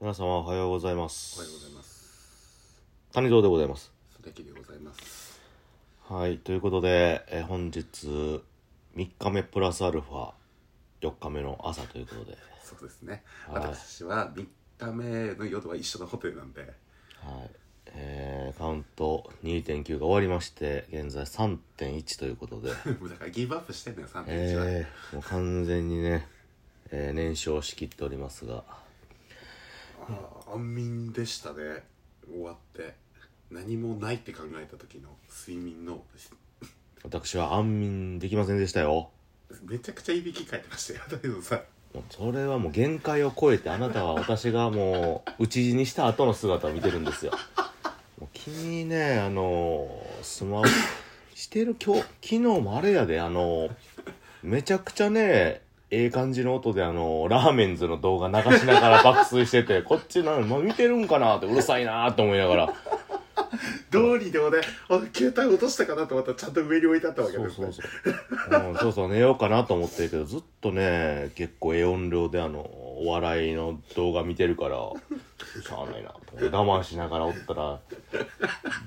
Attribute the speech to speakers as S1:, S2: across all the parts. S1: 皆様おはようございま
S2: おはようござ
S1: す
S2: います。
S1: 谷蔵でございます
S2: 鈴木でございます。
S1: はいということでえー本日3日目プラスアルファ4日目の朝ということで、
S2: そうですね。
S1: はい
S2: 私は3日目の夜は一緒のホテルなんで、
S1: はいえーカウント2.9が終わりまして現在3.1ということ で、
S2: だからギブアップしてんのよ、3.1は。
S1: えーもう完全にね、えー燃焼しきっておりますが
S2: ああ、安眠でしたね。終わって。何もないって考えた時の睡眠の、
S1: 私は安眠できませんでしたよ
S2: めちゃくちゃいびきかいてましたよ。だけどさ、
S1: もうそれはもう限界を超えてあなたは私がもう討ち死にした後の姿を見てるんですよ もう君ねあのスマホしてる今日昨日もあれやであのめちゃくちゃねええ感じの音であのラーメンズの動画流しながら爆睡しててこっちなん、まあ、見てるんかなってうるさいなと思いながら
S2: どうにでもね、あ携帯落としたかなと思ったらちゃんと上に置いてあったわけ
S1: そ
S2: で
S1: う
S2: す
S1: そ
S2: ね
S1: う。そう、うん、そうそう寝ようかなと思ってるけどずっとね結構ええ音量であのお笑いの動画見てるからしゃあないなと思って我慢しながらおったら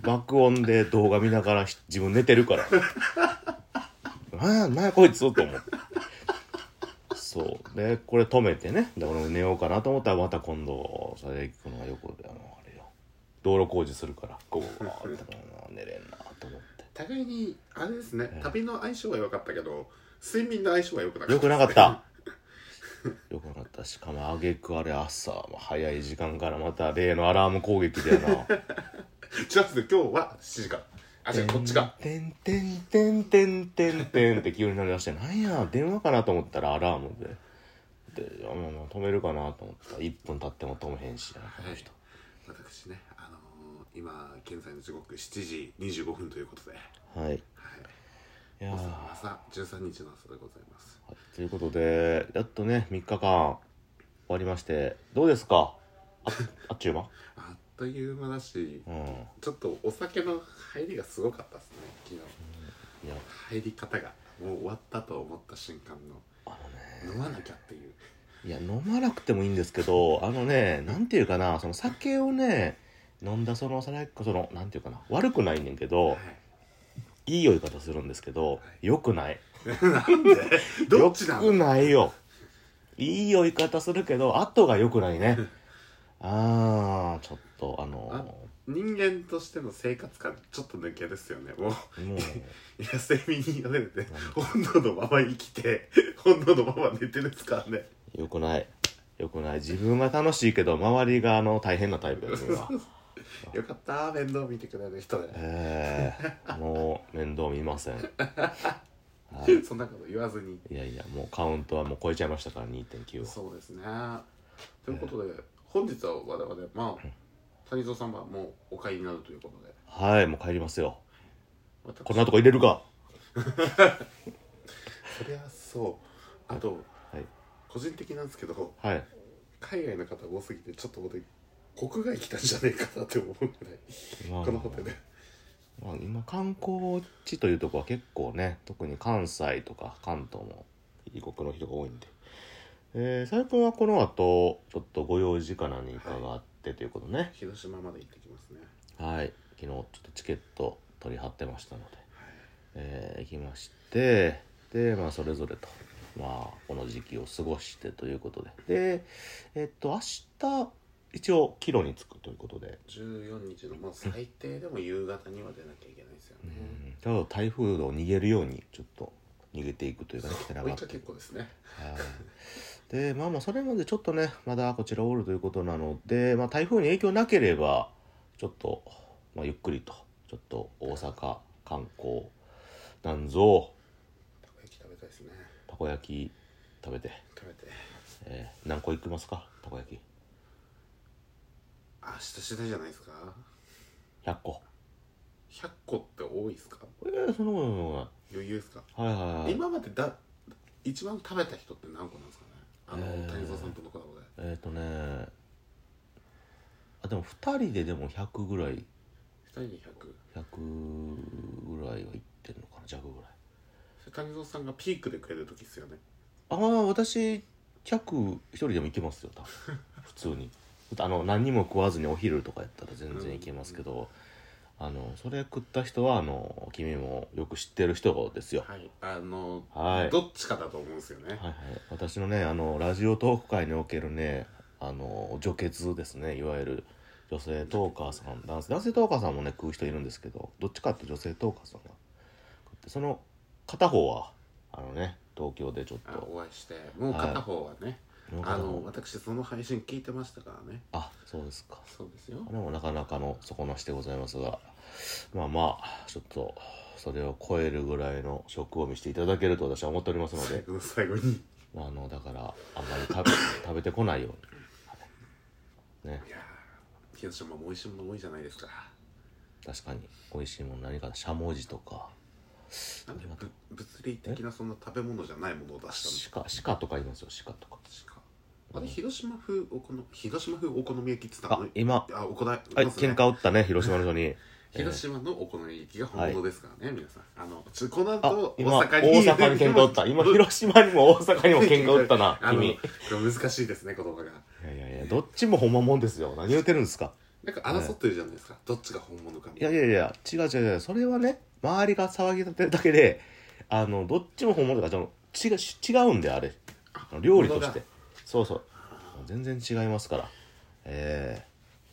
S1: 爆音で動画見ながらし自分寝てるからなんやなんやこいつと思ってそうでこれ止めてねで俺も寝ようかなと思ったらまた今度佐々木君が横であのあれよ道路工事するからゴーゴーゴーって寝れんなと思って。
S2: 互いに、あれですね
S1: え、え
S2: 旅の相性は良かったけど、睡眠の相性は良くなかった、
S1: よくなかっ。 たよくなかったしかもあげくあれ朝も早い時間からまた例のアラーム攻撃だよ な
S2: ちなみに今日は7時間。あ、違う、こっちか。
S1: てんてんてんてんてんてんって急になりだしてなんや電話かなと思ったらアラームでであまあまあ止めるかなと思ったら1分経っても止めへんしこの人
S2: 私ね、あのー今現在の時刻7時25分ということで、
S1: はいい
S2: はい、
S1: やーは
S2: 朝13日の朝でございます
S1: いということでやっとね3日間終わりましてどうですかああっちゅう間
S2: あっという間だし
S1: うんい
S2: ちょっとお酒の入りがすごかったですね昨
S1: や
S2: 日入り方がもう終わったと思った瞬間の
S1: あのね
S2: 飲まなきゃっていう
S1: いや飲まなくてもいいんですけどあのねなんていうかなその酒をね飲んだそのさらそのなんていうかな悪くないねんけ
S2: は
S1: ど
S2: い
S1: いい酔い方するんですけど良くない
S2: なんでどっちな
S1: 良
S2: の
S1: くないよいい酔い方するけど後が良くないねあーちょっとあの
S2: 人間としての生活感ちょっと抜けですよ ねもう
S1: もう
S2: いや睡眠に酔れて本能のまま生きて本能のまま寝てですからね
S1: 良くない良くない自分は楽しいけど周りがあの大変なタイプやねんわ
S2: よかった面倒見てくれる人で、
S1: ええもう面倒見ません
S2: そんなこと言わずに
S1: いやいやもうカウントはもう超えちゃいましたから2.9を
S2: そうですねということで、本日は我々まあ谷蔵さんはもうお帰りになるということで
S1: はいもう帰りますよ
S2: 私
S1: こんなとこ入れるか
S2: そりゃそうあと
S1: はい
S2: 個人的なんですけど
S1: はい
S2: 海外の方多すぎてちょっと俺国外来たんじゃねえかなって思うぐらい
S1: まあ
S2: このホテル
S1: まあ今観光地というとこは結構ね特に関西とか関東も異国の人が多いんでえー、最近はこの後ちょっとご用事か何かがあってということね
S2: 広島まで行ってきますね
S1: はい昨日ちょっとチケット取り張ってましたので、えー行きましてでまあそれぞれとまあこの時期を過ごしてということででえっと明日一応帰路に着くということで、
S2: 14日のまあ最低でも夕方には出なきゃいけないですよね、
S1: ちょっと台風を逃げるようにちょっと逃げていくというかね汚
S2: 6
S1: がっ
S2: 日
S1: て
S2: 結構ですね
S1: はいでまあまあそれまでちょっとねまだこちらおるということなので、まあ、台風に影響なければちょっと、まあ、ゆっくりとちょっと大阪観光なんぞ
S2: たこ焼き食べたいですね
S1: たこ焼き食べて、
S2: 食べて
S1: えー何個いきますかたこ焼き
S2: 明日次第じゃないですか
S1: 100個
S2: 100個って多いですか
S1: えー、そんなことない
S2: 余裕ですか、
S1: はいはいはい
S2: 今までだ一番食べた人って何個なんですかねあの、
S1: えー
S2: 谷沢さんとのコラボで
S1: えっ、とねあでも2人ででも100ぐらい
S2: 2人で100
S1: 100ぐらいはいってんのかな弱ぐらい
S2: それ谷沢さんがピークで食える時ですよね
S1: ああ私100一人でもいけますよ多分普通にっとあの何にも食わずにお昼とかやったら全然いけますけど、あのそれ食った人はあの君もよく知ってる人ですよ
S2: はいあの、
S1: はい
S2: どっちかだと思うんですよね、
S1: はいはい、私のねあのラジオトーク界におけるねあの女傑ですねいわゆる女性トーカーさん男性男性トーカーさんもね食う人いるんですけどどっちかって女性トーカーさんが食ってその片方はあのね東京でちょっ
S2: あ
S1: と
S2: お会いしてもう片方はね、
S1: もう
S2: あ
S1: 片方
S2: の私その配信聞いてましたからね
S1: あそうですか
S2: そうですよ
S1: これもなかなかの底なしでございますがまあまあちょっとそれを超えるぐらいの食を見せていただけると私は思っておりますの
S2: 最
S1: で
S2: 後の最後に
S1: あのだからあんまり食べ食べてこないようにね
S2: いやー広島も美味しいもの多いじゃないですか
S1: 確かに美味しいもの何かしゃもじとか
S2: なんでぶ物理的なそんな食べ物じゃないものを出した
S1: 鹿鹿とかいますよ鹿とか
S2: のかあれ広島風お好み広島風お好み焼きって言った
S1: あ
S2: の
S1: 今
S2: あおこだ
S1: はい
S2: ますね
S1: 喧嘩売ったね広島の人に
S2: 広島のお好み焼きが本物ですからね、皆さんあのちょこの
S1: あ
S2: 後
S1: 今大阪に喧嘩売った 今広島にも大阪にも喧嘩売ったな
S2: あの
S1: 君
S2: これ 難しいですね言葉が
S1: いやいやいやどっちもほんまもんですよ何言うてるんですか
S2: なんか争ってるじゃないですか、どっちが本物か
S1: いやいやいや違う違う違うそれはね周りが騒ぎ立てるだけであのどっちも本物だからその違う違うんであれ料理と
S2: 本
S1: し
S2: 当
S1: て
S2: だ
S1: そうそう全然違いますからえ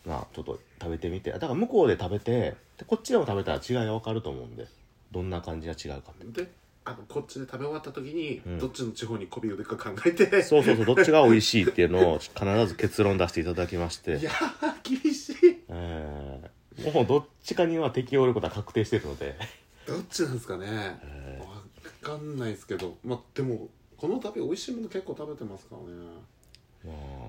S1: ー、まあちょっと食べてみてだから向こうで食べてでこっちでも食べたら違いが分かると思うんでどんな感じが違うかって
S2: であのこっちで食べ終わった時に、
S1: うん
S2: どっちの地方に媚び売るか考えて
S1: そうそうそうどっちが美味しいっていうのを必ず結論出していただきまして
S2: いやー厳しい
S1: えー、もうどっちかには適応力は確定してるので
S2: どっちなんですかね
S1: え
S2: わかんないですけどまあでもこの度美味しいもの結構食べてますからね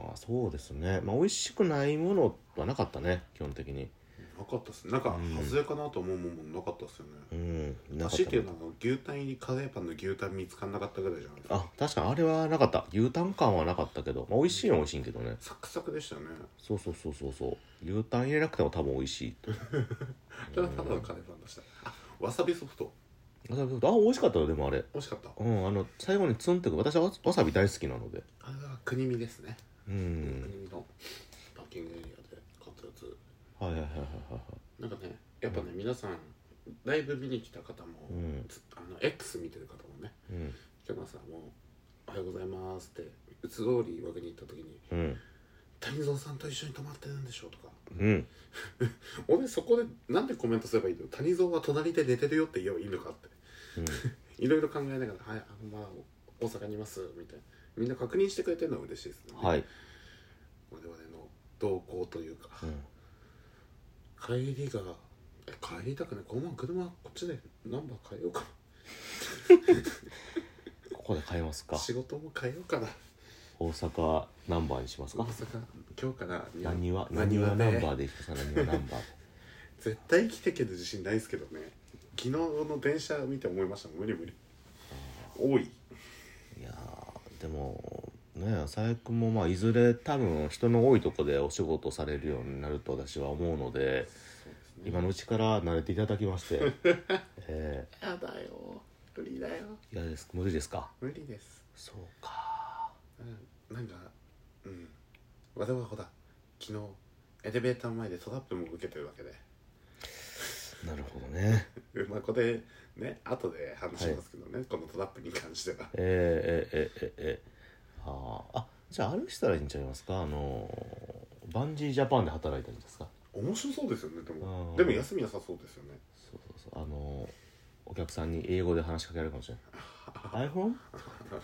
S1: まあそうですねまあ美味しくないものはなかったね基本的に
S2: なかったっすなんか
S1: うん
S2: 外れかなと思うもんなかったっすよね、
S1: うんなか
S2: 足
S1: っ
S2: っていうの
S1: た
S2: は牛タン入りカレーパンの牛タン見つかんなかったぐらいじゃないですか
S1: あ確かにあれはなかった牛タン感はなかったけど、まあ、美味しいのは美味しいんけどね
S2: サクサクでしたね
S1: そうそうそうそうそう牛タン入れなくても多分美味しい
S2: ただただのカレーパンでしたあわさびソフト
S1: あ美味しかったよでもあれ
S2: 美味しかった
S1: うんあの最後にツンってく私はわわさび大好きなので
S2: あれは国見ですね、
S1: う
S2: うん国見のパッキングエリアで買ったやつ
S1: はいはいはいはい
S2: なんかねやっぱね、皆さんライブ見に来た方も、
S1: はいうん
S2: つあの X 見てる方もね
S1: うん
S2: 今日の朝も「おはようございます」って宇都通り分けに行った時に
S1: うん
S2: 「谷蔵さんと一緒に泊まってるんでしょ」とか
S1: うん
S2: 俺そこでなんでコメントすればいいの谷蔵は隣で寝てるよって言えばいいのかって
S1: うん
S2: いろいろ考えながら「はいあのまあ大阪にいます」みたいなみんな確認してくれてるのは嬉しいですね、
S1: はい、
S2: 我々の動向というか、
S1: うん、
S2: 帰りがえ帰りたくないこのまま車こっちでナンバー変えようか
S1: ここで変えますか
S2: な仕事も変えようかな
S1: 大阪ナンバーにします
S2: 大
S1: か
S2: 阪今日から
S1: 何は
S2: 何
S1: 何
S2: は
S1: はナン
S2: ね
S1: バーでいきますか何はナンバーで
S2: 絶対生きてける自信ないですけどね昨日の電車見て思いました無理無理多い
S1: いやーでもね佐伯君もまあいずれ多分人の多いとこでお仕事されるようになると私は思うので今のうちから慣れていただきまして え
S2: やだよ無理だよ
S1: ー、いやです無理ですか
S2: 無理です、
S1: そうか
S2: うん、なんかうんわざわざほら昨日エレベーター前でトラップも受けてるわけで
S1: なるほどね
S2: まあこれね後で話しますけどね、このトラップに関しては
S1: えー、えー、えー、えー、えー、あーあじゃああれしたらいいんちゃいますかあのーバンジージャパンで働いてるんですか
S2: 面白そうですよねで
S1: う
S2: も
S1: ん
S2: でも休みなさそうですよね
S1: そうそうそうあのーお客さんに英語で話しかけられるかもしれない iPhone?
S2: ムービー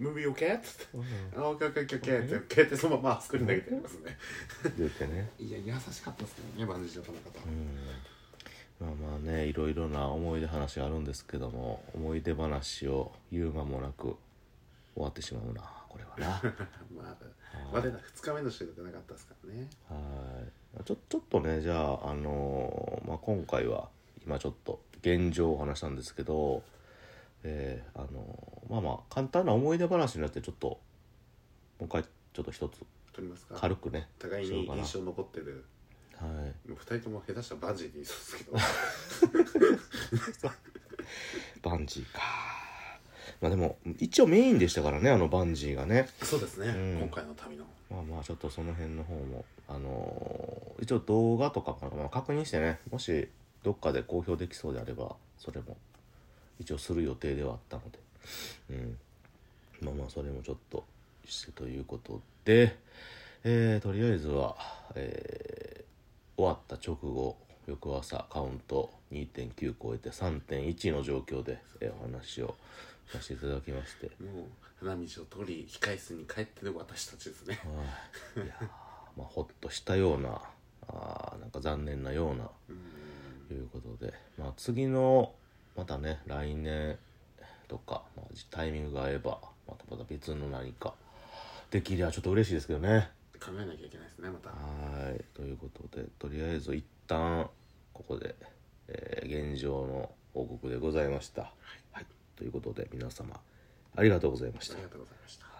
S2: ムービーオッケーっつって「あオッケーオッケーオッケーオッケー」ってオッケーってそのままあそこに投げてますね
S1: 言ってね
S2: いや優しかったですけどねバンジージャパンの方
S1: うんまあまあねいろいろな思い出話があるんですけども思い出話を言う間もなく終わってしまうなこれはなは
S2: まあ
S1: い
S2: 我ら2日目の収録なかったですからね
S1: はいちょちょっとねじゃあ、あのーまあ、今回は今ちょっと現状を話したんですけど、えーあのーまあまあ簡単な思い出話になってちょっともう一回ちょっと一つ
S2: 撮りますか
S1: 軽くね
S2: 互いに印象残ってる
S1: はい
S2: もう2人とも下手したらバンジーでいいそうですけど
S1: バンジーかまあでも一応メインでしたからねあのバンジーがね
S2: そうですね、
S1: うん
S2: 今回の旅の
S1: まあまあちょっとその辺の方もあのー一応動画とかかな、まあ、確認してねもしどっかで公表できそうであればそれも一応する予定ではあったのでうんまあまあそれもちょっとしてということでえー、とりあえずは、えー終わった直後翌朝カウント2.9超えて3.1の状況で、えーお話をさせていただきまして
S2: もう花道を通り控室に帰ってる私たちですね
S1: はいいやーまあほっとしたようなあーなんか残念なような
S2: うん
S1: ということで、まあ、次のまたね来年とか、まあ、タイミングが合えばまたまた別の何かできりゃちょっと嬉しいですけどね
S2: 考えなきゃいけないですねまた
S1: はーいということでとりあえず一旦ここで、えー現状の報告でございました、はい、ということで皆様ありがとうございまし
S2: あ
S1: た
S2: りがとうございました